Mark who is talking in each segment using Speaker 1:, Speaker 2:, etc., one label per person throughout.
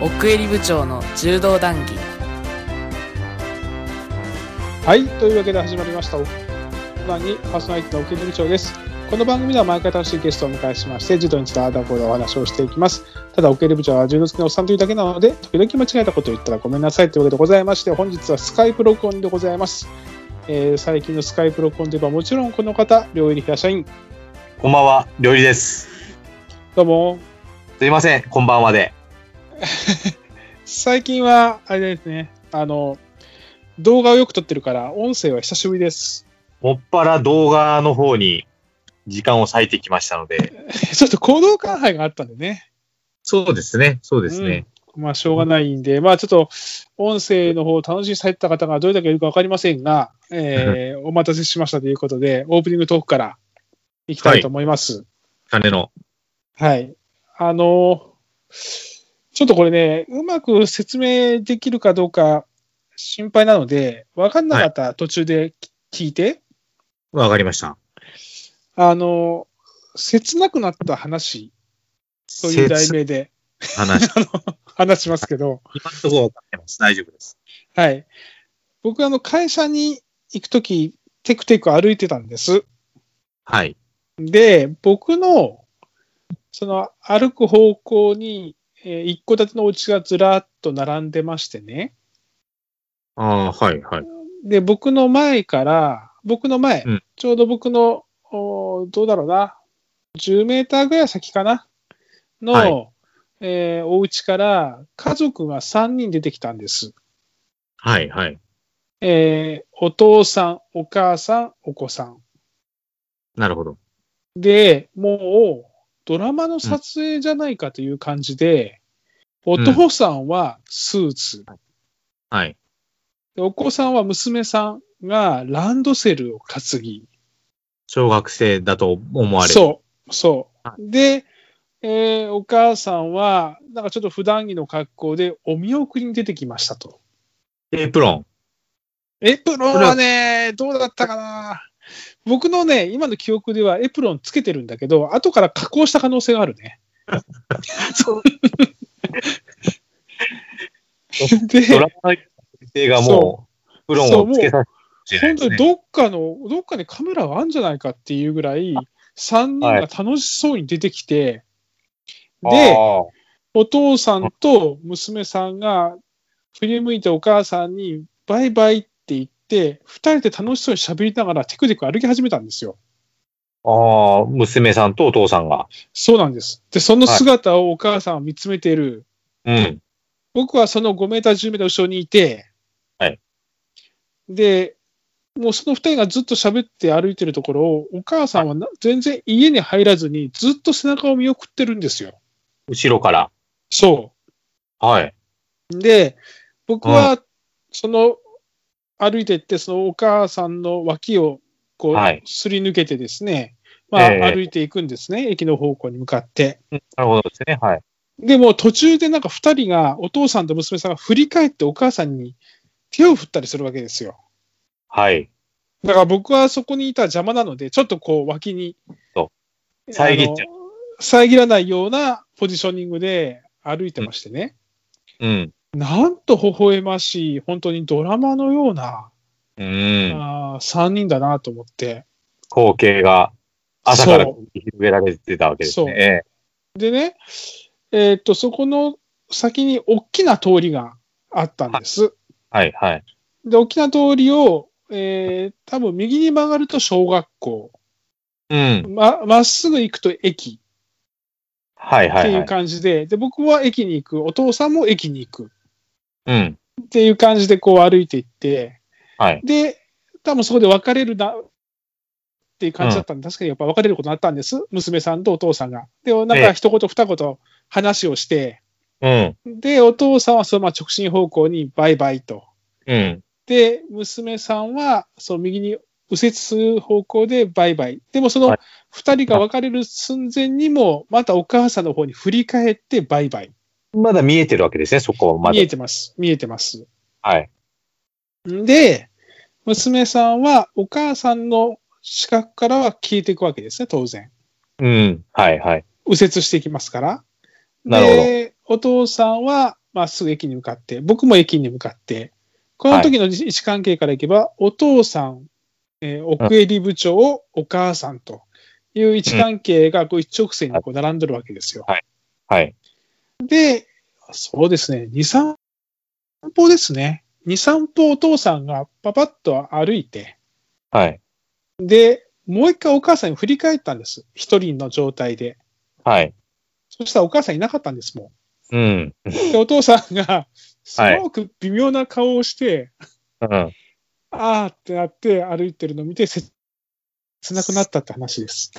Speaker 1: 奥襟部長の柔道談義
Speaker 2: はい、というわけで始まりました。番にパーソナリティの奥部長です。この番組では毎回楽しいゲストをお迎えしまして、児童についてああだこうだお話をしていきます。ただ、奥部長は柔道好きのおっさんというだけなので、時々間違えたことを言ったらごめんなさいというわけでございまして、本日はスカイプ録音でございます。えー最近のスカイプ録音といえば、もちろんこの方、両入り平社員。
Speaker 3: こんばんは、料理です。
Speaker 2: どうも。
Speaker 3: すいません、こんばんはで。
Speaker 2: 最近は、あれですね、あの、動画をよく撮ってるから、音声は久しぶりです。
Speaker 3: もっぱら動画の方に時間を割いてきましたので。
Speaker 2: ちょっと行動感配があったんでね。
Speaker 3: そうですね、そうですね。
Speaker 2: まあ、しょうがないんで、まあ、ちょっと、音声の方を楽しみにされてた方がどれだけいるか分かりませんが、えーお待たせしましたということで、オープニングトークからいきたいと思います。
Speaker 3: 金の。
Speaker 2: はい。あのーちょっとこれね、うまく説明できるかどうか心配なので、分かんなかったら途中で聞いて、
Speaker 3: わかりました。
Speaker 2: あのー切なくなった話という題名で
Speaker 3: 切話。
Speaker 2: 話しますけど、
Speaker 3: 今のところわかってます。大丈夫です。
Speaker 2: はい。僕、あの、会社に行くとき、テクテク歩いてたんです。
Speaker 3: はい。
Speaker 2: で、僕の、その、歩く方向に、えー一戸建てのお家がずらっと並んでましてね。
Speaker 3: ああー、はい、はい。
Speaker 2: で、僕の前から、僕の前、
Speaker 3: うん
Speaker 2: ちょうど僕の、おーどうだろうな、10メーターぐらい先かな、の、
Speaker 3: は
Speaker 2: えーお家から家族が3人出てきたんです。
Speaker 3: はい、はい。
Speaker 2: えーお父さん、お母さん、お子さん。
Speaker 3: なるほど。
Speaker 2: で、もう、ドラマの撮影じゃないかという感じで、
Speaker 3: ん
Speaker 2: お父さんはスーツ、
Speaker 3: はい。
Speaker 2: でお子さんは娘さんがランドセルを担ぎ、
Speaker 3: 小学生だと思われる。
Speaker 2: そう、そう
Speaker 3: は。
Speaker 2: で、えーお母さんは、なんかちょっと普段着の格好でお見送りに出てきましたと。
Speaker 3: エプロン。
Speaker 2: エプロンはね、どうだったかな僕のね、今の記憶ではエプロンつけてるんだけど、後から加工した可能性がある ね。で、
Speaker 3: ドラマの設定がもう、エプロンをつけさせてほし
Speaker 2: 本
Speaker 3: いで
Speaker 2: 当
Speaker 3: す
Speaker 2: に
Speaker 3: ね。
Speaker 2: どっかの、どっかにカメラがあるんじゃないかっていうぐらい、3人が楽しそうに出てきて、で、お父さんと娘さんが振り向いてお母さんにバイバイって言って、2人で楽しそうに喋りながらテクテク歩き始めたんですよ。
Speaker 3: あーあー、娘さんとお父さんが。
Speaker 2: そうなんです。で、その姿をお母さんは見つめてる。
Speaker 3: うん。
Speaker 2: 僕はその5メーター、10メーター後ろにいて、
Speaker 3: はい
Speaker 2: で、もうその2人がずっと喋って歩いてるところを、お母さんはな全然家に入らずに、ずっと背中を見送ってるんですよ。
Speaker 3: 後ろから。
Speaker 2: そ
Speaker 3: はい。
Speaker 2: う。で、僕は、その、歩いてって、そのお母さんの脇を、こ、
Speaker 3: はいう
Speaker 2: すり抜けてですね、まあ、
Speaker 3: ええ
Speaker 2: 歩いていくんですね、駅の方向に向かって。
Speaker 3: なるほどですね。はい。
Speaker 2: でも途中でなんか2人が、お父さんと娘さんが振り返ってお母さんに手を振ったりするわけですよ。
Speaker 3: はい。
Speaker 2: だから僕はそこにいた邪魔なので、ちょっとこう脇に。
Speaker 3: そ遮
Speaker 2: 遮
Speaker 3: っちゃう
Speaker 2: 遮らないようなポジショニングで歩いてましてね。
Speaker 3: うん。
Speaker 2: なんと微笑ましい、本当にドラマのような、
Speaker 3: うん。
Speaker 2: あ3人だなと思って。
Speaker 3: 光景が朝から
Speaker 2: そ
Speaker 3: 繰り広げられてたわけです
Speaker 2: そう
Speaker 3: ね。え
Speaker 2: でね、えーっと、そこの先に大きな通りがあったんです。
Speaker 3: えはい、はい。
Speaker 2: で、大きな通りを、えー、多分右に曲がると小学校、
Speaker 3: うん。
Speaker 2: ま、まっすぐ行くと駅
Speaker 3: はい、
Speaker 2: っ
Speaker 3: は
Speaker 2: て
Speaker 3: い、
Speaker 2: い
Speaker 3: は
Speaker 2: う
Speaker 3: い。
Speaker 2: 感じで、で、僕は駅に行く、お父さんも駅に行く
Speaker 3: うん。
Speaker 2: っていう感じでこう歩いていって、
Speaker 3: はい。
Speaker 2: で、多分そこで別れるなっていう感じだったんで、確かにやっぱ別れることになったんです。娘さんとお父さんが。で、なん
Speaker 3: え
Speaker 2: か
Speaker 3: え
Speaker 2: 一言二言話をして、
Speaker 3: うん。
Speaker 2: で、お父さんはそのまま直進方向にバイバイと。
Speaker 3: うん。
Speaker 2: で、娘さんは、その右に右折する方向でバイバイ。でもそ
Speaker 3: は
Speaker 2: の
Speaker 3: い
Speaker 2: 二人が別れる寸前にも、またお母さんの方に振り返ってバイバイ。
Speaker 3: まだ見えてるわけですね、そこはまだ
Speaker 2: 見え。てます。見えてます。
Speaker 3: はい。
Speaker 2: で、娘さんはお母さんの視覚からは消えていくわけですね、当然。
Speaker 3: うん。はい、はい。
Speaker 2: 右折していきますから。
Speaker 3: なるほど
Speaker 2: で、お父さんはまっすぐ駅に向かって、僕も駅に向かって、この時の位置関係からいけば、お父さん、えー奥襟部長、お母さんという位置関係がこう一直線にこう並んでるわけですよ。
Speaker 3: はい。
Speaker 2: で、そうですね、2、3歩ですね。2、3歩お父さんがパパッと歩いて、
Speaker 3: はい。
Speaker 2: で、もう一回お母さんに振り返ったんです。一人の状態で。
Speaker 3: はい。
Speaker 2: そしたらお母さんいなかったんですもん。
Speaker 3: うん。
Speaker 2: で、お父さんが、すごく微妙な顔をして、
Speaker 3: うん。
Speaker 2: あーってなって歩いてるのを見て、切なくなったって話です。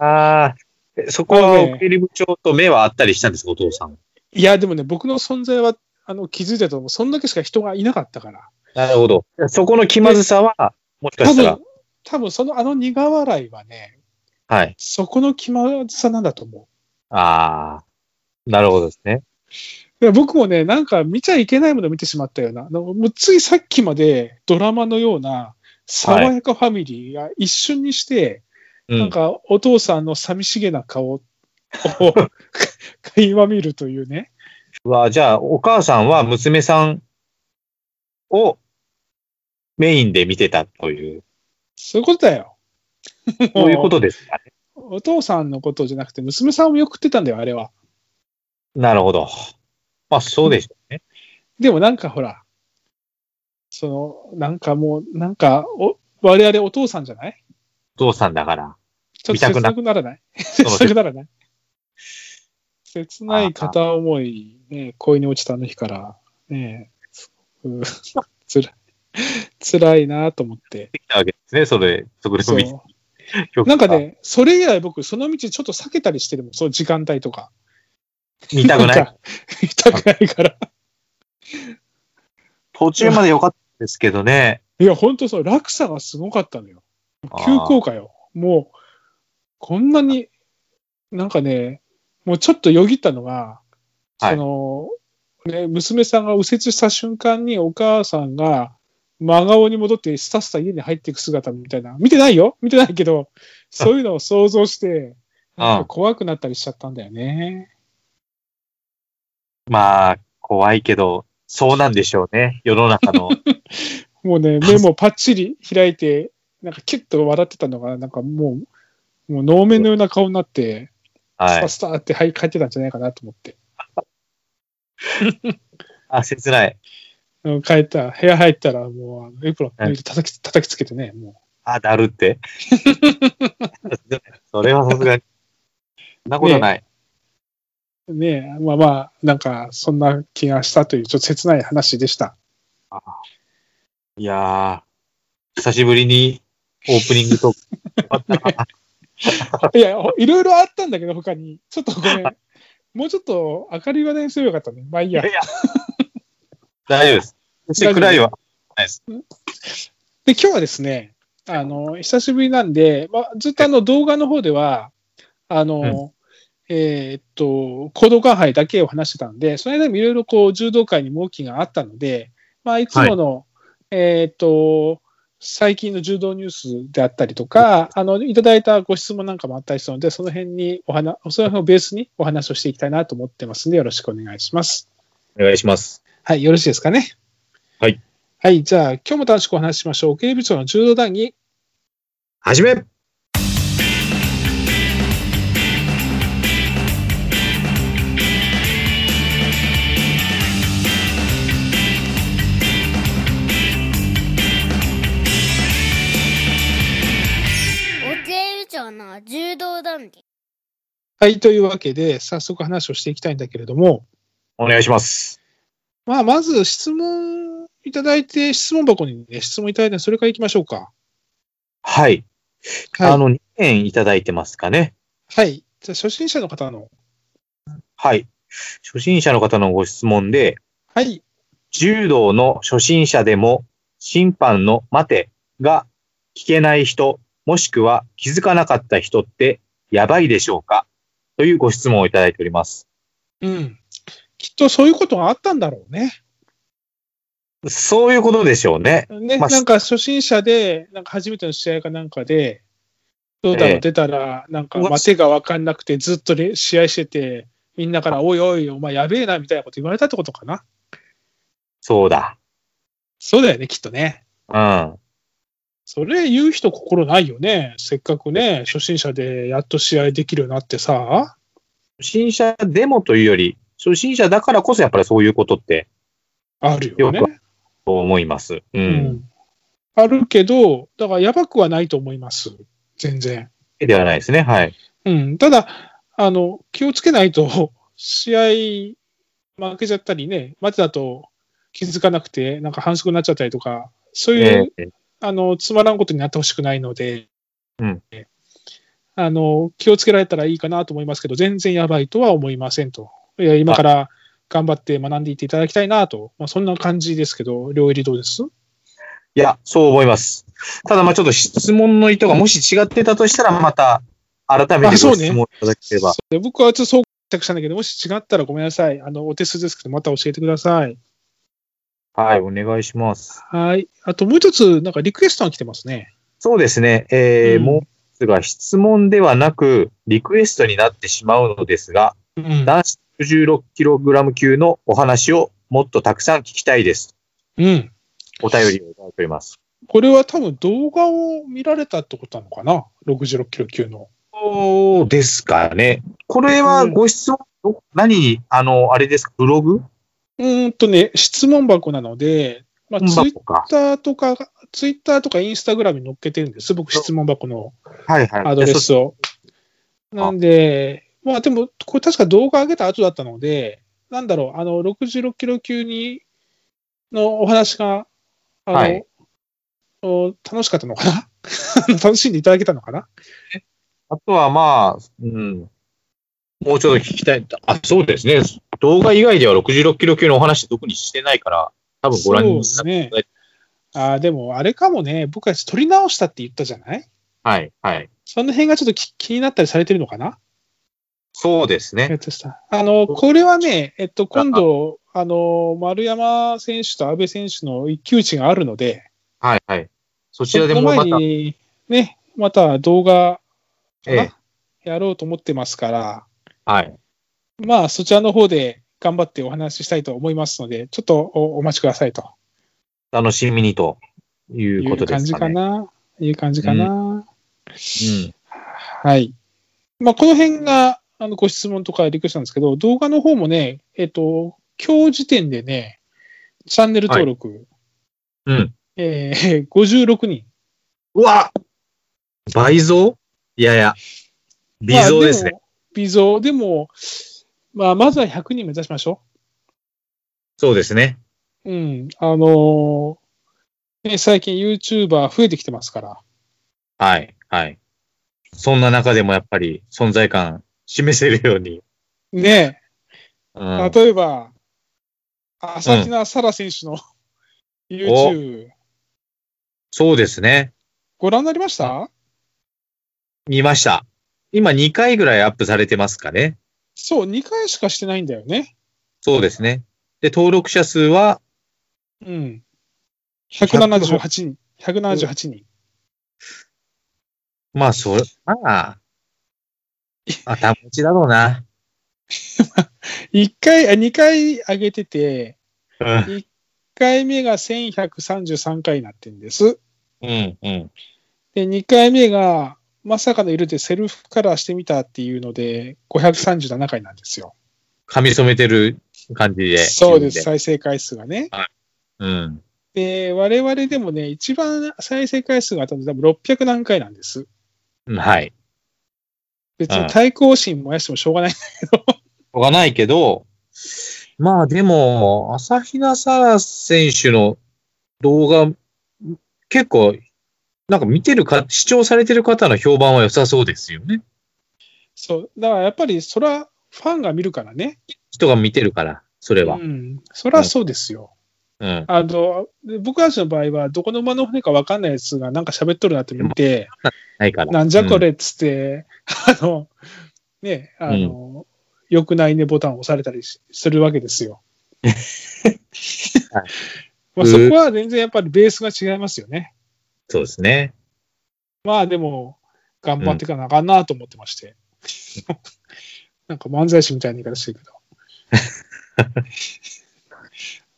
Speaker 3: ああ、えそこは、奥入部長と目はあったりしたんですか、お父さん。
Speaker 2: いや、でもね、僕の存在は、あの、気づいたと思う。そんだけしか人がいなかったから。
Speaker 3: なるほど。そこの気まずさは、もしか
Speaker 2: 多
Speaker 3: したら
Speaker 2: 分、、多分そのあの苦笑いはね、
Speaker 3: はい。
Speaker 2: そこの気まずさなんだと思
Speaker 3: ああ、なるほどですね。
Speaker 2: う。いや僕もね、なんか見ちゃいけないものを見てしまったような、あのもうついさっきまでドラマのような、爽やかファミリーが一瞬にして、
Speaker 3: うん。
Speaker 2: なんか、お父さんの寂しげな顔を垣間見るというね。
Speaker 3: うわじゃあ、お母さんは娘さんをメインで見てたという、
Speaker 2: そういうことだよ。
Speaker 3: そういうことで すかね。
Speaker 2: お父さんのことじゃなくて、娘さんを見送ってたんだよ、あれは。
Speaker 3: なるほど。まあ、そうでしたね。
Speaker 2: でもなんかほら、その、なんかもう、なんか、お、我々お父さんじゃない
Speaker 3: お父さんだから。
Speaker 2: ちょっと
Speaker 3: 見た
Speaker 2: 切
Speaker 3: くな
Speaker 2: なくならない
Speaker 3: その
Speaker 2: 切なくならない切ない片思い、ね、恋に落ちたあの日から、ね、すごく辛い、辛いなと思って。
Speaker 3: 来たわけですね、それ、そこで
Speaker 2: そ
Speaker 3: 見
Speaker 2: う
Speaker 3: 曲
Speaker 2: なんか
Speaker 3: が
Speaker 2: ね、それ以来僕、その道ちょっと避けたりしてるもん、その時間帯とか。
Speaker 3: 見たくない。
Speaker 2: んか。見たくないから。
Speaker 3: 途中まで良かったですけどね。
Speaker 2: いや、ほんとそう、落差がすごかったのよ。急降下よ。もう、こんなに、なんかね、もうちょっとよぎったのが、
Speaker 3: は
Speaker 2: そ
Speaker 3: い
Speaker 2: の、ね、娘さんが右折した瞬間にお母さんが真顔に戻ってスタスタ家に入っていく姿みたいな。見てないよ見てないけど、そういうのを想像 して、なんか怖くなったりしちゃったんだよね。
Speaker 3: まあ、怖いけど、そうなんでしょうね。世の 中の。
Speaker 2: もうね、目もパッチリ開いて、なんかキュッと笑ってたのが、なんかもう、もう能面のような顔になって、ス
Speaker 3: は
Speaker 2: タ
Speaker 3: い。
Speaker 2: スタってはい帰ってたんじゃないかなと思って。
Speaker 3: あ、切ない。
Speaker 2: うん帰った、部屋入ったら、もうあのエプロン抜いて叩き叩きつけてね、も
Speaker 3: あ、だ るって。それはさすがに。そんなことない。
Speaker 2: う。ねえまあまあ、なんか、そんな気がしたという、ちょっと切ない話で した。
Speaker 3: いやー、久しぶりにオープニングトー ク。
Speaker 2: いや、ほいろいろあったんだけど、他に。ちょっとごめん。もうちょっと明るい話題にすればよかったね。まあいいや。
Speaker 3: 大丈夫です。決して暗いはないです。
Speaker 2: で、今日はですね、あの、久しぶりなんで、まあ、ずっとあの動画の方では、あの、えーっと、行動館杯だけを話してたんで、その間もいろいろこう、柔道界にも動きがあったので、まあ、いつもの、えーっと、最近の柔道ニュースであったりとか、あの、いただいたご質問なんかもあったりしたので、その辺にお話、その辺をベースにお話をしていきたいなと思ってますんで、よろしくお願いします。
Speaker 3: お願いします。
Speaker 2: はい、よろしいですかね。
Speaker 3: はい。
Speaker 2: はい、じゃあ、今日も楽しくお話ししましょう。警部長の柔道談義。
Speaker 3: はじめ
Speaker 4: お手湯長の柔道団で
Speaker 2: はい、というわけで、早速話をしていきたいんだけれども、
Speaker 3: お願いします。
Speaker 2: まあ、まず質問いただいて、質問箱にね、質問いただいて、それから行きましょうか。
Speaker 3: はい。
Speaker 2: はい。
Speaker 3: あの、2件いただいてますかね。
Speaker 2: はい。じゃあ、初心者の方の。
Speaker 3: はい。初心者の方のご質問で、
Speaker 2: はい。
Speaker 3: 柔道の初心者でも審判の待てが聞けない人、もしくは気づかなかった人ってやばいでしょうかというご質問をいただいております。
Speaker 2: うん。きっとそういうことがあったんだろうね。
Speaker 3: そういうことでしょうね。
Speaker 2: ね、
Speaker 3: まあ
Speaker 2: なんか初心者で、なんか初めての試合かなんかで、どうだろ
Speaker 3: ええ
Speaker 2: う出たら、なんか
Speaker 3: うわ
Speaker 2: 待てが分かんなくて、ずっとれ試合してて、みんなから、おいおい、お前やべえな、みたいなこと言われたってことかな。
Speaker 3: そうだ。
Speaker 2: そうだよね、きっとね。
Speaker 3: うん。
Speaker 2: それ言う人心ないよね。せっかくね、初心者でやっと試合できるようになってさ。
Speaker 3: 初心者でもというより、初心者だからこそやっぱりそういうことって
Speaker 2: あるよね。
Speaker 3: よ思います。う。
Speaker 2: うんん。あるけど、だからやばくはないと思います。全然。
Speaker 3: ではないですね。はい。
Speaker 2: うん。ただ、あの、気をつけないと、試合負けちゃったりね、待てだと気づかなくて、なんか反則になっちゃったりとか、そういう、
Speaker 3: えー
Speaker 2: あの、つまらんことになってほしくないので、
Speaker 3: うん
Speaker 2: あの、気をつけられたらいいかなと思いますけど、全然やばいとは思いませんと。いや、今から頑張って学んでいっていただきたいなと。まあ、そんな感じですけど、両入りどうです
Speaker 3: いや、そう思います。ただ、まあちょっと質問の意図がもし違ってたとしたら、また改めて
Speaker 2: あそ
Speaker 3: ご
Speaker 2: うね
Speaker 3: 質問いただければ。
Speaker 2: で僕はちょっとそう解釈したんだけど、もし違ったらごめんなさい。あの、お手数ですけど、また教えてください。
Speaker 3: はい、お願いします。
Speaker 2: はい。あともう一つ、なんかリクエストが来てますね。
Speaker 3: そうですね。えー
Speaker 2: うん
Speaker 3: もう一つが質問ではなく、リクエストになってしまうのですが、
Speaker 2: うん。
Speaker 3: 男子 66kg 級のお話をもっとたくさん聞きたいです。
Speaker 2: うん。
Speaker 3: お便りをいただいております。
Speaker 2: これは多分動画を見られたってことなのかな ?66 キロ級の。
Speaker 3: そうですかね。これはご質問、ど何に、あの、あれですか、ブログ
Speaker 2: うーんとね、質問箱なので、まあ、ツイッ
Speaker 3: 箱か。
Speaker 2: ターとか、ツイッターとかインスタグラムに載っけてるんです、僕質問箱の
Speaker 3: はいはい。
Speaker 2: アドレスを。
Speaker 3: あ
Speaker 2: なんで、まあでも、これ確か動画上げた後だったので、なんだろう、あの、66キロ級に、のお話が、あの、
Speaker 3: はい
Speaker 2: お楽しかったのかな 楽しんでいただけたのかな
Speaker 3: あとはまあ、うん。もうちょっと聞きたい。あ、そうですね。動画以外では66キロ級のお話特にしてないから、多分ご覧にな
Speaker 2: そうですねああ、でも、あれかもね、僕たち撮り直したって言ったじゃない
Speaker 3: はい、はい。
Speaker 2: その辺がちょっとき気になったりされてるのかな
Speaker 3: そうですね。
Speaker 2: やつでしたあの、これはね、えっと、今度、あの、丸山選手と阿部選手の一騎打ちがあるので、
Speaker 3: はい、はい。そち
Speaker 2: そ
Speaker 3: らで
Speaker 2: の
Speaker 3: もまた
Speaker 2: 前、に、ね、また動画か
Speaker 3: え
Speaker 2: な
Speaker 3: え、
Speaker 2: やろうと思ってますから、
Speaker 3: はい。
Speaker 2: まあ、そちらの方で頑張ってお話ししたいと思いますので、ちょっとおお待ちくださいと
Speaker 3: 楽しみにとい
Speaker 2: いう
Speaker 3: こ
Speaker 2: う
Speaker 3: とで
Speaker 2: 感
Speaker 3: す
Speaker 2: じ
Speaker 3: か
Speaker 2: か
Speaker 3: ね。
Speaker 2: な、いう感じかな。
Speaker 3: うん。
Speaker 2: はい。まあ、この辺が、あの、ご質問とかリクエストなんですけど、動画の方もね、えっ、と、今日時点でね、チャンネル登録、
Speaker 3: うん。
Speaker 2: えー、56人。
Speaker 3: うわ倍増いやいや。微増ですね。
Speaker 2: まあ。も微増。でも、まあ、まずは100人目指しましょ
Speaker 3: そうですね。
Speaker 2: う。うん。あのーね、最近 YouTuber 増えてきてますから。
Speaker 3: はい、はい。そんな中でもやっぱり存在感示せるように。
Speaker 2: ね
Speaker 3: うん
Speaker 2: え、例えば、朝比奈沙羅選手の YouTube、
Speaker 3: そうですね。
Speaker 2: ご覧になりました
Speaker 3: 見ました。今2回ぐらいアップされてますかね。
Speaker 2: そう、2回しかしてないんだよね。
Speaker 3: そうですね。で、登録者数は、
Speaker 2: うん。178人。178人。
Speaker 3: まあ、それ、まあ、頭打ちだろうな。
Speaker 2: 1回、あ2回上げてて、
Speaker 3: うん、
Speaker 2: 1回目が1133回になってるんです。
Speaker 3: うん、うん。
Speaker 2: で、2回目が、まさかの色でセルフカラーしてみたっていうので、537回なんですよ。
Speaker 3: 髪染めてる感じで。
Speaker 2: そうです、。再生回数がね。
Speaker 3: うん。
Speaker 2: で、我々でもね、一番再生回数があったので、多分600何回なんです。
Speaker 3: はい。
Speaker 2: 別
Speaker 3: う
Speaker 2: に
Speaker 3: ん
Speaker 2: 対抗心燃やしてもしょうがない。
Speaker 3: しょうがないけど、まあでも、朝比奈沙羅選手の動画、結構、なんか見てるか、視聴されてる方の評判は良さそうですよね。
Speaker 2: そう。だからやっぱり、そら、ファンが見るからね。
Speaker 3: 人が見てるから、それ
Speaker 2: う
Speaker 3: は。
Speaker 2: ん。そらそうですよ。
Speaker 3: うん。
Speaker 2: あの、で僕たちの場合は、どこの馬の骨か分かんないやつがなんか喋っとるなって見て、
Speaker 3: ないから。
Speaker 2: なんじゃこ
Speaker 3: うん
Speaker 2: れっつって、あの、ね、あの、良くないねボタンを押されたりしするわけですよ。まあ、そこは全然やっぱりベースが違いますよね。
Speaker 3: そうです ね。
Speaker 2: まあでも、頑張っていかなあかんなと思ってまして。なんか漫才師みたいな言い方してるけど。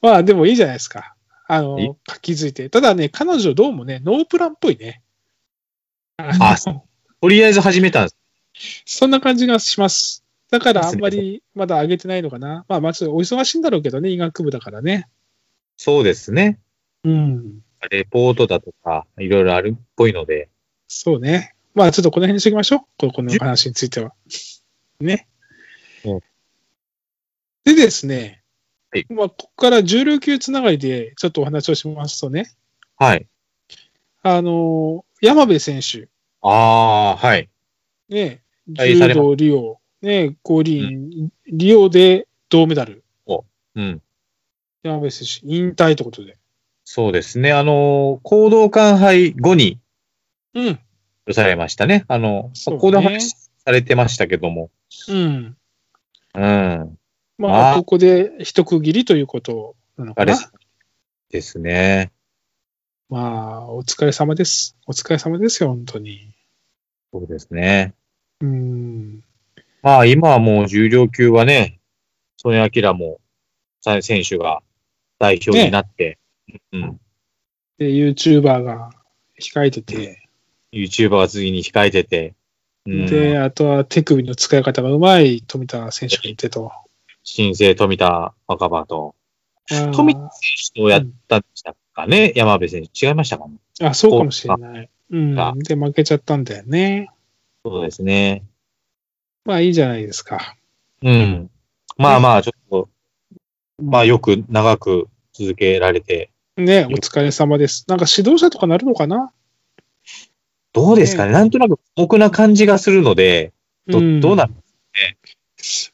Speaker 2: まあでもいいじゃないですか。あ
Speaker 3: い
Speaker 2: の、書きづいて。ただね、彼女どうもね、ノープランっぽいね。
Speaker 3: あ、そうとりあえず始めたんです。
Speaker 2: そんな感じがします。だからあんまりまだ上げてないのかな。まあ、まずお忙しいんだろうけどね、医学部だからね。
Speaker 3: そうですね。
Speaker 2: うん。
Speaker 3: レポートだとか、いろいろあるっぽいので。
Speaker 2: そうね。まあ、ちょっとこの辺にしておきましょう。ここの話については。ね
Speaker 3: うん。
Speaker 2: でですね。
Speaker 3: はい
Speaker 2: まあ、ここから重量級つながりでちょっとお話をしますとね、
Speaker 3: はい。
Speaker 2: あの、山部選手、
Speaker 3: ああー、はい。
Speaker 2: ね、
Speaker 3: はいさ
Speaker 2: 柔
Speaker 3: れま
Speaker 2: 道、リオ、ね、五輪、リオで銅メダル、
Speaker 3: うん。
Speaker 2: 山部選手、引退ということで。
Speaker 3: そうですね。あのー、行動館杯後に
Speaker 2: うん。
Speaker 3: されましたね。あの、
Speaker 2: そうね
Speaker 3: 行動杯されてましたけども。
Speaker 2: うん。
Speaker 3: うん。
Speaker 2: ま
Speaker 3: あ
Speaker 2: あ、
Speaker 3: ー
Speaker 2: ここで一区切りということなのか
Speaker 3: あれ
Speaker 2: な。
Speaker 3: ですね。
Speaker 2: まあ、お疲れ様です。お疲れ様ですよ、本当に。
Speaker 3: そうですね。
Speaker 2: うん。
Speaker 3: まあ今はもう重量級はね、曽根明もさ選手が代表になって、うん、
Speaker 2: で、YouTuber が控えてて、
Speaker 3: YouTuber が次に控えてて、うん、
Speaker 2: で、あとは手首の使い方がうまい富田選手がいてと。
Speaker 3: 新生富田若葉と、
Speaker 2: あ
Speaker 3: 富
Speaker 2: ー
Speaker 3: 田選手とやったんでしたかね、山部選手。違いましたかね
Speaker 2: あ、そうかもしれない。うん
Speaker 3: あ。
Speaker 2: で、負けちゃったんだよね。
Speaker 3: そうですね。
Speaker 2: まあ、いいじゃないですか。
Speaker 3: うん。まあまあ、ちょっと、まあよく長く続けられて、
Speaker 2: ね、お疲れ様です。なんか指導者とかなるのかな
Speaker 3: どうですかね、なんとなく酷な感じがするので、ど
Speaker 2: ん
Speaker 3: どうなる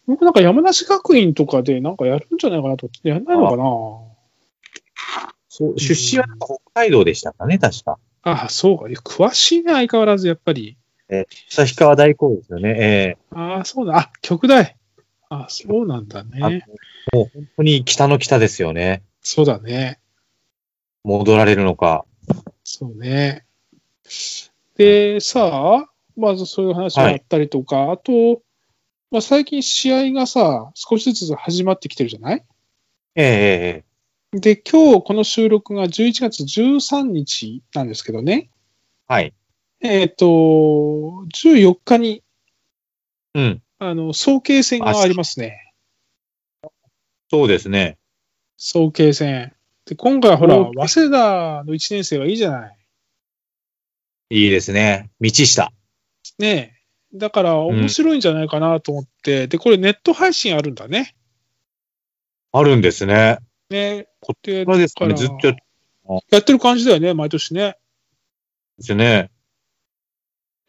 Speaker 2: 僕なんか山梨学院とかでなんかやるんじゃないかなと思って、やんないのかな
Speaker 3: そう出身はなんか北海道でしたかね、確か。
Speaker 2: ああ、そうか。詳しいね、相変わらず、やっぱり。
Speaker 3: 旭川大高ですよね。え
Speaker 2: ああ、そうだ。あ、極大。ああ、そうなんだ
Speaker 3: えあ
Speaker 2: ね。
Speaker 3: もう本当に北の北ですよね。
Speaker 2: そうだね。
Speaker 3: 戻られるのか。
Speaker 2: そうね。で、さあ、まずそういう話があったりとか、あと、まあ、最近試合がさ、少しずつ始まってきてるじゃない
Speaker 3: ええええ
Speaker 2: で、今日この収録が11月13日なんですけどね。
Speaker 3: はい。
Speaker 2: えっ、と、14日に、
Speaker 3: うん。
Speaker 2: あの、早慶戦がありますね。
Speaker 3: そうですね。
Speaker 2: 早慶戦。で、今回ほら、
Speaker 3: 早
Speaker 2: 早稲田の1年生がいいじゃない。
Speaker 3: いいですね。道下。
Speaker 2: ねえ。だから、面白いんじゃないかなと思って、で、これネット配信あるんだね。
Speaker 3: あるんですね。
Speaker 2: ね
Speaker 3: こっ
Speaker 2: で
Speaker 3: これですかね。
Speaker 2: だ
Speaker 3: ず
Speaker 2: ら
Speaker 3: っとやってるんで
Speaker 2: やってる感じだよね、毎年ね。
Speaker 3: すよね。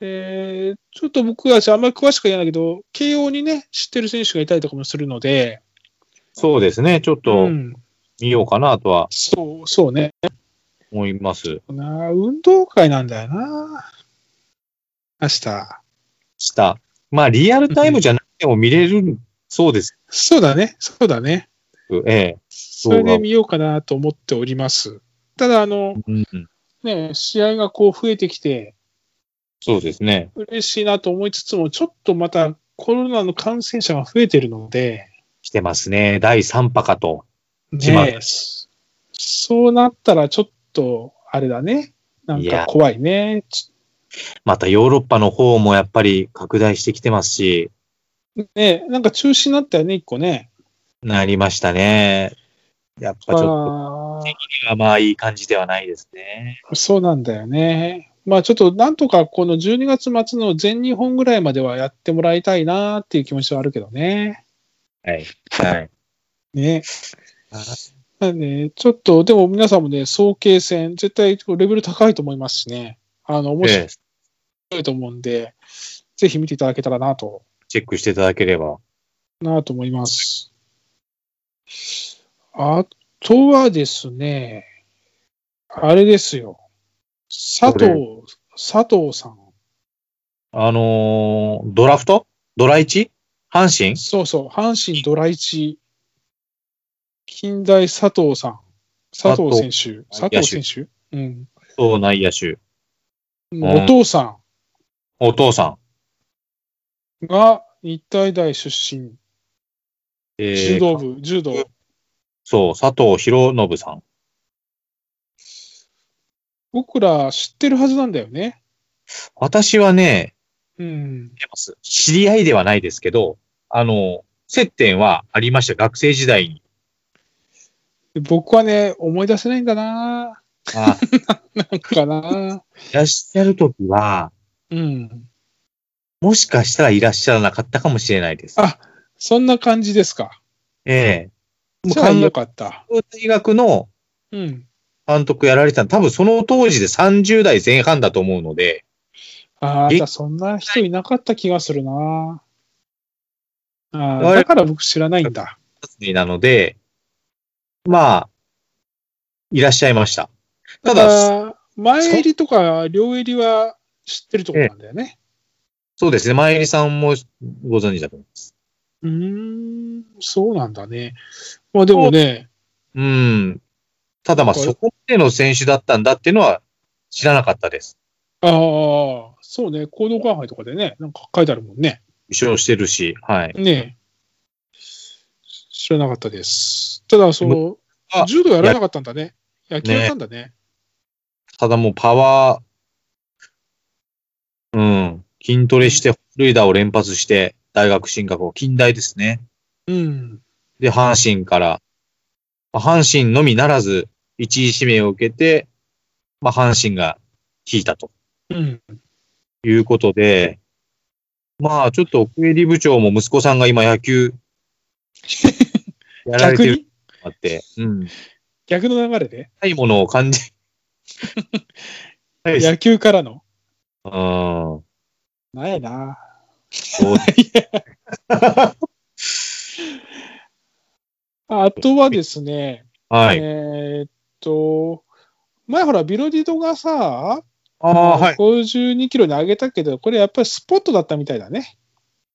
Speaker 2: えちょっと僕はあんまり詳しくは言えないけど、慶応にね、知ってる選手がいたりとかもするので、
Speaker 3: そうですね。ちょっと
Speaker 2: うん、
Speaker 3: 見ようかなとは
Speaker 2: そう、そうね。
Speaker 3: 思います。
Speaker 2: な運動会なんだよな。明日。
Speaker 3: 下。まあ、リアルタイムじゃなくても見れる、そうです。
Speaker 2: そうだね、そうだね。
Speaker 3: ええ
Speaker 2: それで見ようかなと思っております。ただ、あの、
Speaker 3: うん。
Speaker 2: ね、試合がこう増えてきて、
Speaker 3: そうですね。
Speaker 2: 嬉しいなと思いつつも、ちょっとまたコロナの感染者が増えてるので、
Speaker 3: 来てますね。第3波かと。決ま
Speaker 2: ね
Speaker 3: る、
Speaker 2: そうなったらちょっと、あれだね。なん
Speaker 3: い
Speaker 2: か
Speaker 3: や
Speaker 2: 怖いね。ち
Speaker 3: またヨーロッパの方もやっぱり拡大してきてますし、
Speaker 2: ねなんか中止になったよね、一個ね。
Speaker 3: なりましたね。やっぱちょっ
Speaker 2: あ
Speaker 3: と、まあいい感じではないですね。
Speaker 2: ーそうなんだよね。まあちょっと、なんとかこの12月末の全日本ぐらいまではやってもらいたいなっていう気持ちはあるけどね。
Speaker 3: はい。はい。
Speaker 2: ね。まあね、ちょっと、でも皆さんもね、早慶戦、絶対こうレベル高いと思いますしね、あの、面
Speaker 3: え
Speaker 2: 白
Speaker 3: え
Speaker 2: いと思うんで、ぜひ見ていただけたらなと、
Speaker 3: チェックしていただければ。
Speaker 2: なと思います。あとはですね、あれですよ、佐
Speaker 3: ど
Speaker 2: 藤、佐藤さん。
Speaker 3: あのードラフトドラ 1? 阪神
Speaker 2: そうそう、阪神ドラ1、近代佐藤さん、佐藤選手、
Speaker 3: 佐
Speaker 2: 佐
Speaker 3: 藤
Speaker 2: 藤選手、うん、
Speaker 3: そう、内野手。
Speaker 2: お父さん。
Speaker 3: お父さ
Speaker 2: が日体大出身、
Speaker 3: えー
Speaker 2: 柔道部、柔道。
Speaker 3: そう、佐藤博信さん。
Speaker 2: 僕ら知ってるはずなんだよね。
Speaker 3: 私はね、
Speaker 2: うん。
Speaker 3: 知ってます知り合いではないですけど、あの、接点はありました、学生時代に。
Speaker 2: で僕はね、思い出せないんだな
Speaker 3: あ
Speaker 2: なんかない
Speaker 3: らっしゃるときは、
Speaker 2: うん。
Speaker 3: もしかしたらいらっしゃらなかったかもしれないです。
Speaker 2: あそんな感じですか。
Speaker 3: ええ
Speaker 2: じゃあ
Speaker 3: も
Speaker 2: よ
Speaker 3: う
Speaker 2: かった。
Speaker 3: 関東大学の
Speaker 2: うん。
Speaker 3: 監督やられてたの多分その当時で30代前半だと思うので、
Speaker 2: ああ、
Speaker 3: え
Speaker 2: じゃあそんな人いなかった気がするなあ
Speaker 3: あ
Speaker 2: あ、
Speaker 3: れ
Speaker 2: だから僕知らないんだ。
Speaker 3: なので、まあ、いらっしゃいました。た
Speaker 2: だか
Speaker 3: だ、
Speaker 2: ら前襟とか両襟は知ってるところなんだよね。
Speaker 3: そうですね、前入りさんもご存知だと思います。
Speaker 2: うーん、そうなんだね。まあでもね、
Speaker 3: うん。ただまあ、そこまでの選手だったんだっていうのは知らなかったです。
Speaker 2: ああ、そうね、行動館杯とかでね、なんか書いてあるもんね。
Speaker 3: 優勝してるし、はい。
Speaker 2: ねえ。知らなかったです。ただ、その
Speaker 3: あ、
Speaker 2: 柔道やらなかったんだね。野球やったんだね。
Speaker 3: ただもうパワー、うん、筋トレして、ホルイダーを連発して、大学進学を近代ですね。
Speaker 2: うん。
Speaker 3: で、阪神から、まあ阪神のみならず、一位指名を受けて、まあ、阪神が引いたと
Speaker 2: うん。
Speaker 3: いうことで、まあ、ちょっと奥襟部長も息子さんが今野球、やられ
Speaker 2: 逆
Speaker 3: てる
Speaker 2: に
Speaker 3: のもあって、うん。
Speaker 2: 逆の流れで
Speaker 3: ないものを感じ、ないです
Speaker 2: 野球からの。
Speaker 3: うん。
Speaker 2: ないな。
Speaker 3: そう
Speaker 2: あとはですね、
Speaker 3: はい。
Speaker 2: えーっと、前ほら、ビロディドがさ、
Speaker 3: ああ、はい。
Speaker 2: 52キロに上げたけど、これやっぱりスポットだったみたいだね。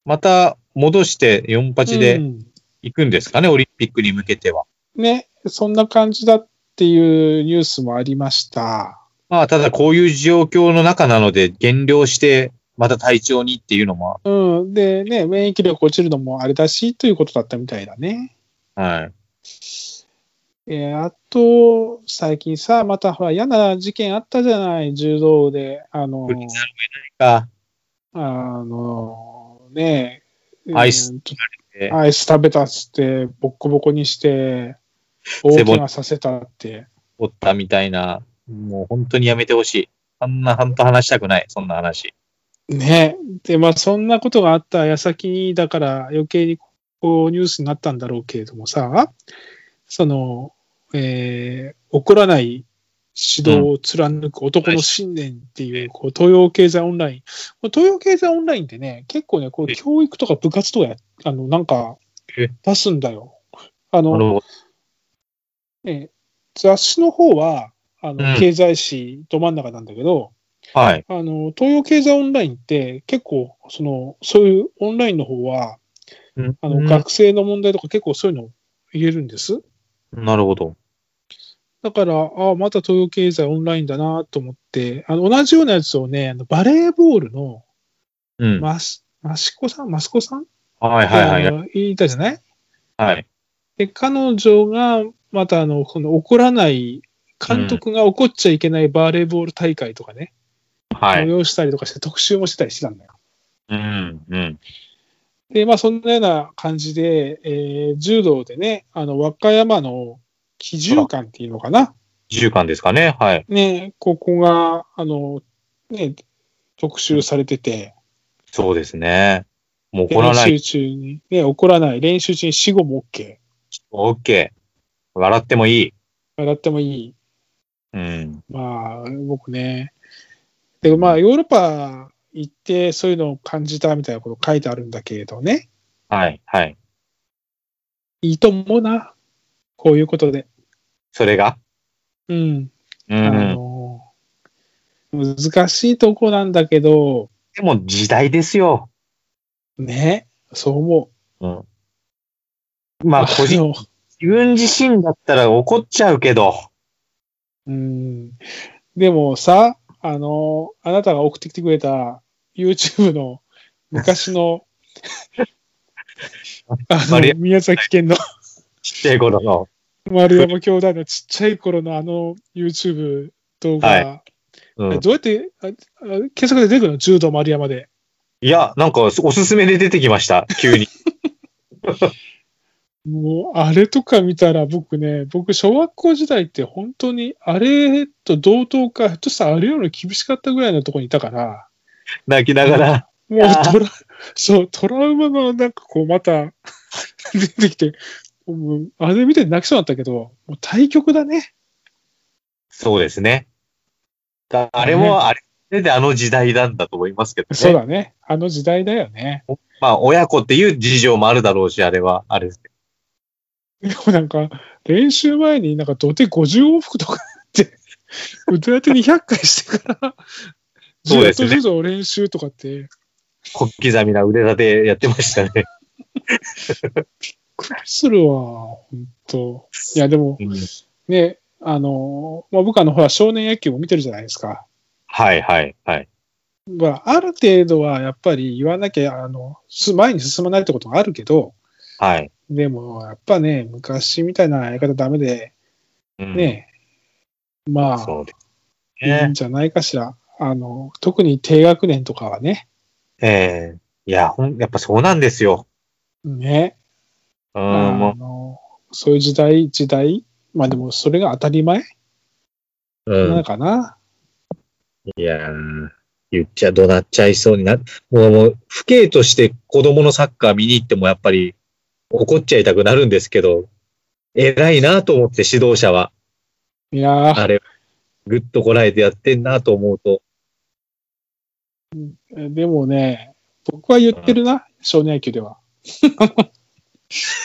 Speaker 3: また戻して48
Speaker 2: う
Speaker 3: で
Speaker 2: ん
Speaker 3: 行くんですかね、オリンピックに向けては。
Speaker 2: ね、そんな感じだっていうニュースもありました。
Speaker 3: まあ、ただこういう状況の中なので、減量して、また体調にっていうのも、
Speaker 2: うん。で、ね、免疫力落ちるのもあれだし、ということだったみたいだね。
Speaker 3: はい。
Speaker 2: えーあと、最近さ、またほら、嫌な事件あったじゃない、柔道部で。あの
Speaker 3: 不、利なるか。
Speaker 2: あの、ねえ
Speaker 3: アイス
Speaker 2: うんと
Speaker 3: て
Speaker 2: アイス食べたっつって、ボッコボコにして、大怪我させたって。
Speaker 3: おったみたいな、もう本当にやめてほしい。あんな、本当話したくない、そんな話。
Speaker 2: ね。で、まあ、そんなことがあった矢先に、だから余計にこうニュースになったんだろうけれどもさ、その、えー怒らない指導を貫く男の信念っていう、こう、東洋経済オンライン。これ東洋経済オンラインってね、結構ね、こう、
Speaker 3: え
Speaker 2: 教育とか部活とかや、あの、なんか
Speaker 3: え、
Speaker 2: 出すんだよ。あ
Speaker 3: な
Speaker 2: の
Speaker 3: る、ほど
Speaker 2: ええ雑誌の方は、あの、
Speaker 3: うん
Speaker 2: 経済誌ど真ん中なんだけど、
Speaker 3: はい。
Speaker 2: あの、東洋経済オンラインって結構、その、そういうオンラインの方は、
Speaker 3: うん
Speaker 2: あの、学生の問題とか結構そういうの言えるんです。
Speaker 3: なるほど。
Speaker 2: だから、ああ、また東洋経済オンラインだなと思って、あの、同じようなやつをね、あのバレーボールの、
Speaker 3: うん。
Speaker 2: マス、マシコさんマスコさん
Speaker 3: はいはいはい。
Speaker 2: い。言いたじゃない
Speaker 3: はい。
Speaker 2: で、彼女が、またあの、この怒らない、監督が怒っちゃいけないバレーボール大会とかね、
Speaker 3: はい。
Speaker 2: 催したりとかして特集もしてたりしてたんだよ。
Speaker 3: うん。うん。
Speaker 2: で、まあそんなような感じで、えー柔道でね、あの、和歌山の基準館っていうのかな。
Speaker 3: 10巻ですかね。はい。
Speaker 2: ね、ここが、あの、ね、特集されてて、
Speaker 3: そうですね。もう怒ら
Speaker 2: 練
Speaker 3: ない
Speaker 2: 習。中に、ね、怒らない。練習中に死後も OK。
Speaker 3: オッケー。笑ってもいい。
Speaker 2: 笑ってもいい。
Speaker 3: うん。
Speaker 2: まあ、僕ね。で、まあ、ヨーロッパ行って、そういうのを感じたみたいなこと書いてあるんだけれどね。
Speaker 3: はい。はい。
Speaker 2: いいと思うな。こういうことで。
Speaker 3: それが
Speaker 2: うん。
Speaker 3: う
Speaker 2: あ
Speaker 3: ん。
Speaker 2: の、難しいとこなんだけど、
Speaker 3: でも時代ですよ。
Speaker 2: ね。そう思
Speaker 3: うん。
Speaker 2: う。
Speaker 3: まあ、個人、
Speaker 2: の
Speaker 3: 自分自身だったら怒っちゃうけど。
Speaker 2: うん。でもさ、 あの、あなたが送ってきてくれた YouTube の昔のあの
Speaker 3: 丸、
Speaker 2: 宮崎県の
Speaker 3: ちっちゃい頃の。
Speaker 2: 丸山兄弟のちっちゃい頃のあの YouTube 動画、
Speaker 3: は うん、
Speaker 2: どうやってああ検索で出てくるの柔道丸山で。
Speaker 3: いや、なんかおすすめで出てきました、急に。
Speaker 2: もう、あれとか見たら僕ね、僕、小学校時代って本当に、あれと同等か、ひょっとしたらあれより厳しかったぐらいのところにいたから、
Speaker 3: 泣きながら。
Speaker 2: もうトラ、 そう、トラウマのなんかこう、また 出てきて、もうあれ見て泣きそうだったけど、もう対局だね。
Speaker 3: そうですね。だあれも、あれであの時代なんだと思いますけどね。
Speaker 2: そうだね。あの時代だよね。
Speaker 3: まあ、親子っていう事情もあるだろうし、あれは、あれですけど
Speaker 2: でもなんか、練習前になんか土手50往復とかって、 腕当て200回してから、
Speaker 3: そうですね
Speaker 2: ずっと柔道練習とかって、
Speaker 3: 小刻みな腕立てやってましたね。
Speaker 2: 苦労するわ、本当いや、でも
Speaker 3: うん
Speaker 2: ね、あの、まあ、僕あの、ほら、少年野球も見てるじゃないですか。
Speaker 3: はいはいはい。
Speaker 2: まあ、ある程度はやっぱり言わなきゃ、あの、す前に進まないってことがあるけど、
Speaker 3: はい。
Speaker 2: でも、やっぱね、昔みたいなやり方ダメで、
Speaker 3: うん、
Speaker 2: ね、まあ、
Speaker 3: そうです
Speaker 2: いいん
Speaker 3: ね。
Speaker 2: じゃないかしら。あの、特に低学年とかはね、
Speaker 3: ええいや、ほん、やっぱそうなんですよ。
Speaker 2: ね、
Speaker 3: うん、
Speaker 2: あ
Speaker 3: も
Speaker 2: の、そういう時代、時代、まあでもそれが当たり前
Speaker 3: う、
Speaker 2: な
Speaker 3: うん
Speaker 2: の。かな。
Speaker 3: いやー、言っちゃ、怒鳴っちゃいそうにな、もう、もう、父兄として子供のサッカー見に行っても、やっぱり、怒っちゃいたくなるんですけど、偉いなと思って、指導者は。
Speaker 2: いやー
Speaker 3: あれ、ぐっとこらえてやってんなと思うと。
Speaker 2: でもね、僕は言ってるな、少年野球では。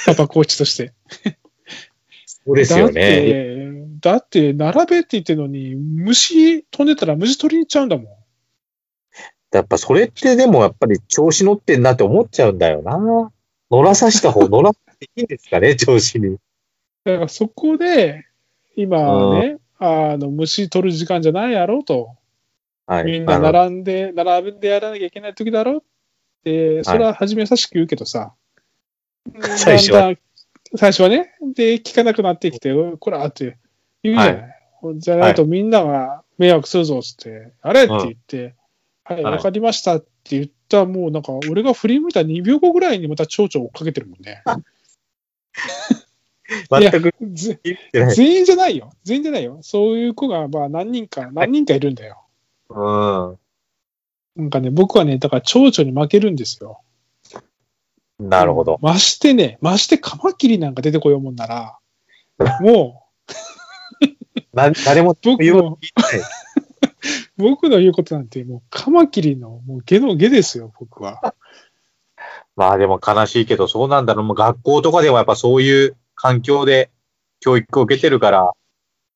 Speaker 2: パパコーチとして。
Speaker 3: そうですよね。
Speaker 2: だって、だって並べって言ってるのに、虫飛んでたら虫取りに行っちゃうんだもん。
Speaker 3: やっぱそれってでもやっぱり調子乗ってんなって思っちゃうんだよな。乗らさした方、乗らさていいんですかね、調子に。
Speaker 2: だからそこで、今ね、あの虫取る時間じゃないやろうと。
Speaker 3: はい。
Speaker 2: みんな
Speaker 3: あの
Speaker 2: 並んで、並んでやらなきゃいけない時だろうって、それは初め優しく言うけどさ。
Speaker 3: 最初は
Speaker 2: だんだん最初はね。で、聞かなくなってきて、おいこらって言うじゃない。じゃないとみんなが迷惑するぞっつって、あれって言って、はい、
Speaker 3: はい
Speaker 2: わかりましたって言ったらもうなんか、俺が振り向いた2秒後ぐらいにまた蝶々追っかけてるもんね。
Speaker 3: 全く
Speaker 2: ぜ
Speaker 3: 言ってない。
Speaker 2: 全員じゃないよ。全員じゃないよ。そういう子がまあ何人か、何人かいるんだよ。
Speaker 3: う
Speaker 2: なんかね、僕はね、だから蝶々に負けるんですよ。
Speaker 3: ん。なるほど。
Speaker 2: ましてね、ましてカマキリなんか出てこようもんなら、も
Speaker 3: な誰も
Speaker 2: 僕も
Speaker 3: 言うこと聞いてない。
Speaker 2: う、僕の言うことなんて、もうカマキリのもう下の下ですよ、僕は。
Speaker 3: まあでも悲しいけど、そうなんだろう。もう学校とかでもやっぱそういう環境で教育を受けてるから、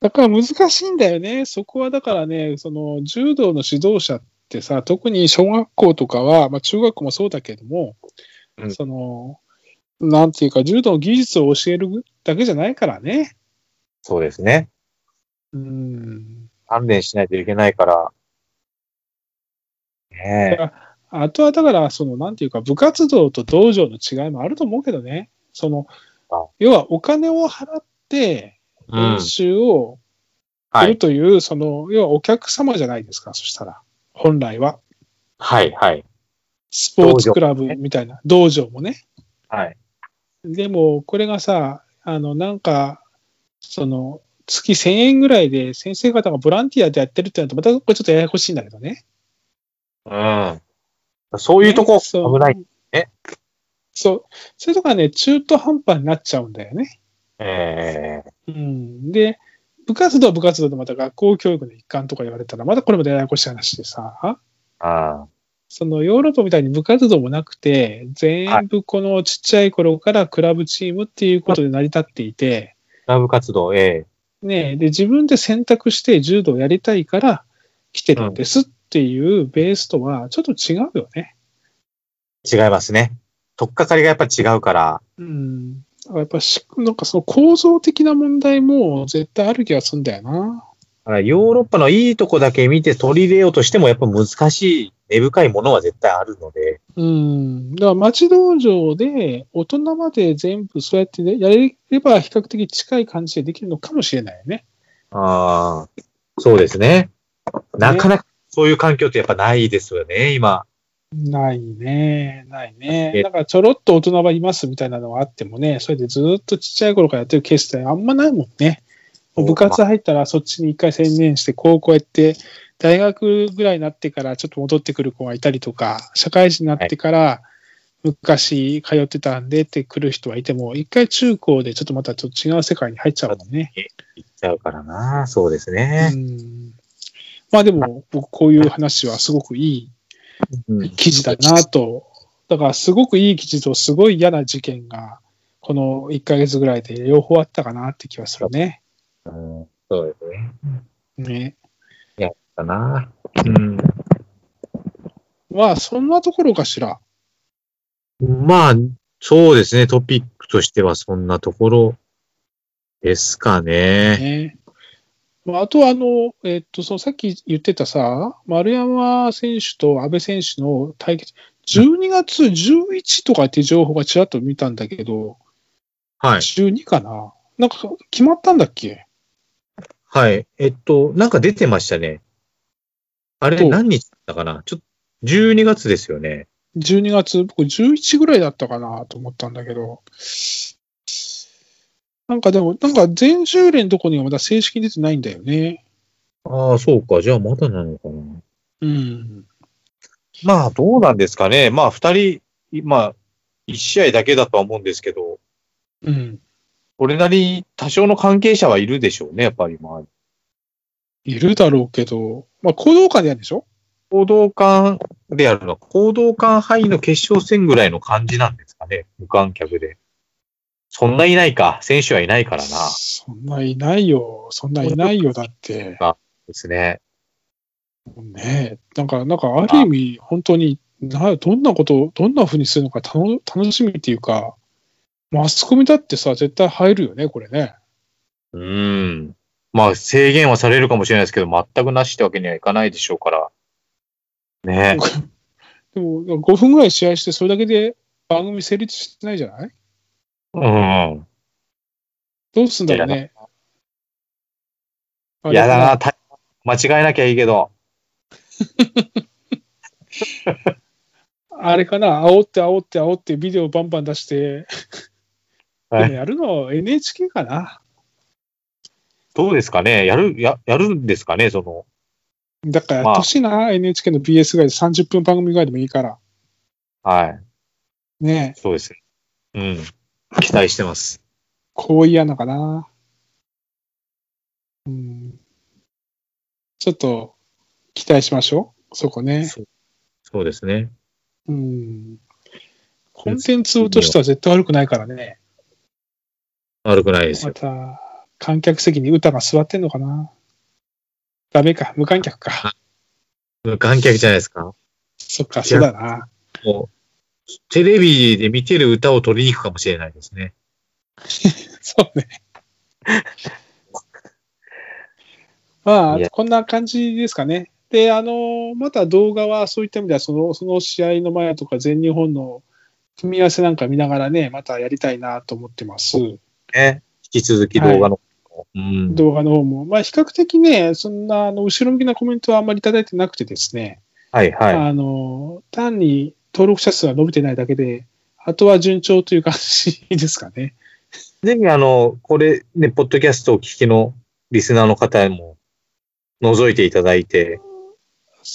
Speaker 2: だから難しいんだよね。そこはだからね、その柔道の指導者ってさ、特に小学校とかは、まあ中学校もそうだけども、
Speaker 3: うん
Speaker 2: その、なんていうか、柔道の技術を教えるだけじゃないからね。
Speaker 3: そうですね。
Speaker 2: うん。
Speaker 3: 鍛錬しないといけないから。ねえ。
Speaker 2: あとはだから、その、なんていうか、部活動と道場の違いもあると思うけどね。その
Speaker 3: あ、
Speaker 2: 要はお金を払って
Speaker 3: うん
Speaker 2: 練。習をす
Speaker 3: は
Speaker 2: る
Speaker 3: い。
Speaker 2: という、その、要はお客様じゃないですか、そしたら。本来は。
Speaker 3: はい。はい。
Speaker 2: スポーツクラブみたいな、道場もね。
Speaker 3: はい。
Speaker 2: でも、これがさ、あの、なんか、その、月1000円ぐらいで先生方がボランティアでやってるってなると、またこれちょっとややこしいんだけどね。
Speaker 3: うん。そういうとこ、
Speaker 2: ね
Speaker 3: 危
Speaker 2: そう
Speaker 3: ない。ね
Speaker 2: そう。そういうとこはね、中途半端になっちゃうんだよね。
Speaker 3: ええ
Speaker 2: うん、で、部活動は部活動でまた学校教育の一環とか言われたら、まだこれもややこしい話でさ、
Speaker 3: ああ。
Speaker 2: そのヨーロッパみたいに部活動もなくて、全部このちっちゃい頃からクラブチームっていうことで成り立っていて、
Speaker 3: クラブ活動、ええ
Speaker 2: ねえ、で、自分で選択して柔道やりたいから来てるんですっていうベースとはちょっと違うよね。
Speaker 3: 違いますね。取っかかりがやっぱ違うから。
Speaker 2: うん。だからやっぱし、なんかその構造的な問題も絶対ある気がするんだよな。
Speaker 3: だからヨーロッパのいいとこだけ見て取り入れようとしてもやっぱ難しい根深いものは絶対あるので、
Speaker 2: うん。だから町道場で大人まで全部そうやってね、やれれば比較的近い感じでできるのかもしれないよね。
Speaker 3: ああ、そうですね。なかなかそういう環境ってやっぱないですよね、今。
Speaker 2: ないね。ないね。
Speaker 3: え
Speaker 2: だからちょろっと大人はいますみたいなのがあってもね、それでずっとちっちゃい頃からやってるケースってあんまないもんね。もう部活入ったらそっちに一回専念して、高校やって、大学ぐらいになってからちょっと戻ってくる子がいたりとか、社会人になってから昔通ってたんでって来る人はいても、一回中高でちょっとまたちょっと違う世界に入っちゃうもんね。
Speaker 3: 行っちゃうからな、そうですね
Speaker 2: う。んまあでも、僕、こういう話はすごくい
Speaker 3: うん
Speaker 2: い記事だなと。だから、すごくいい記事とすごい嫌な事件が、この1ヶ月ぐらいで両方あったかなって気はするね。
Speaker 3: うんそうですね。
Speaker 2: ね。
Speaker 3: だな。うん。
Speaker 2: まあ、そんなところかしら。
Speaker 3: まあ、そうですね。トピックとしてはそんなところですかね。
Speaker 2: ね。まあ、あとは、あの、えっと、そのさっき言ってたさ、丸山選手と安倍選手の対決、12月11とかっていう情報がちらっと見たんだけど、
Speaker 3: はい。
Speaker 2: 12かななんか、決まったんだっけ
Speaker 3: はい。えっと、なんか出てましたね。あれ、
Speaker 2: お
Speaker 3: 何日だったかなちょっと、12月ですよね。
Speaker 2: 12月、僕11ぐらいだったかなと思ったんだけど、なんかでも、なんか全州連のとこにはまだ正式に出てないんだよね。
Speaker 3: ああ、そうか。じゃあ、まだなのかな。
Speaker 2: うん。
Speaker 3: まあ、どうなんですかね。まあ、二人、今、一試合だけだとは思うんですけど、
Speaker 2: うん。
Speaker 3: これなり、多少の関係者はいるでしょうね、やっぱり。まあ、
Speaker 2: いるだろうけど、まあ、行動下でやるでしょ
Speaker 3: 行動館でやるのは、行動館範囲の決勝戦ぐらいの感じなんですかね、無観客で。そんないないか、選手はいないからな、で
Speaker 2: そんないないよ。そんないないよ。だって、
Speaker 3: すね。
Speaker 2: ねなんか、なんかある意味、本当にな、どんなことを、どんな風にするのか楽楽しみっていうか、マスコミだってさ、絶対入るよね、これね。
Speaker 3: うーん。まあ、制限はされるかもしれないですけど、全くなしってわけにはいかないでしょうから。 ね
Speaker 2: でも、5分ぐらい試合して、それだけで番組成立してないじゃない
Speaker 3: うん。
Speaker 2: どうすんだろうね。あれ
Speaker 3: やだな、た間違えなきゃいいけど。
Speaker 2: あれかな、煽って煽って煽ってビデオバンバン出して、
Speaker 3: はい
Speaker 2: でもやるの NHK かな。
Speaker 3: どうですかねやる、や、やるんですかねその、
Speaker 2: だから、
Speaker 3: ま
Speaker 2: や
Speaker 3: あ
Speaker 2: ってほしいな、NHK の BS ぐらいで30分番組ぐらいでもいいから。
Speaker 3: はい。
Speaker 2: ねえ
Speaker 3: そうです。うん。期待してます。
Speaker 2: こう嫌なのかな。うん。ちょっと、期待しましょう。そこね。
Speaker 3: そうですね。
Speaker 2: うん。コンテンツとしては絶対悪くないからね。
Speaker 3: 悪くないです
Speaker 2: ま
Speaker 3: よ。
Speaker 2: た、観客席に歌が座ってんのかなダメか、無観客 か。
Speaker 3: 無観客じゃないですか。
Speaker 2: そっか、そうだな。
Speaker 3: もう、テレビで見てる歌を取りに行くかもしれないですね。
Speaker 2: そうね。 ま
Speaker 3: いや
Speaker 2: あ、こんな感じですかね。で、あの、また動画は、そういった意味では、その、その試合の前とか、全日本の組み合わせなんか見ながらね、またやりたいなと思ってます。
Speaker 3: ね。引き続き動画の。うん。
Speaker 2: 動画の方も。まあ、比較的ね、そんな、あの、後ろ向きなコメントはあんまりいただいてなくてですね。
Speaker 3: はいはい。
Speaker 2: あの、単に登録者数が伸びてないだけで、あとは順調という感じですかね。
Speaker 3: ぜひあの、これね、ポッドキャストを聞きのリスナーの方も覗いていただいて、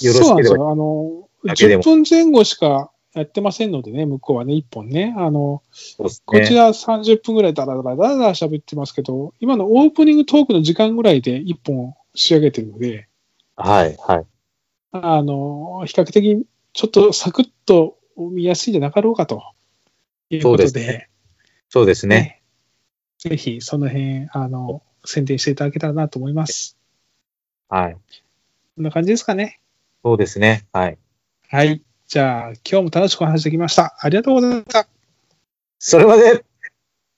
Speaker 3: よろしければ
Speaker 2: そうなんですよ。あの、
Speaker 3: だけでも
Speaker 2: 10分前後しかやってませんのでね、向こうはね、1本ね。あの、
Speaker 3: そうです
Speaker 2: こ
Speaker 3: ね。
Speaker 2: ちら30分ぐらいだらだらだらだら喋ってますけど、今のオープニングトークの時間ぐらいで1本仕上げてるので、
Speaker 3: はいはい。
Speaker 2: あの、比較的ちょっとサクッと見やすいんじゃなかろうかということで。
Speaker 3: そうですねそうですね。
Speaker 2: ねぜひ、その辺、あの、宣伝していただけたらなと思います。
Speaker 3: はい。
Speaker 2: こんな感じですかね。
Speaker 3: そうですね。はい。
Speaker 2: はい。じゃあ、今日も楽しくお話できました。ありがとうございました。
Speaker 3: それまで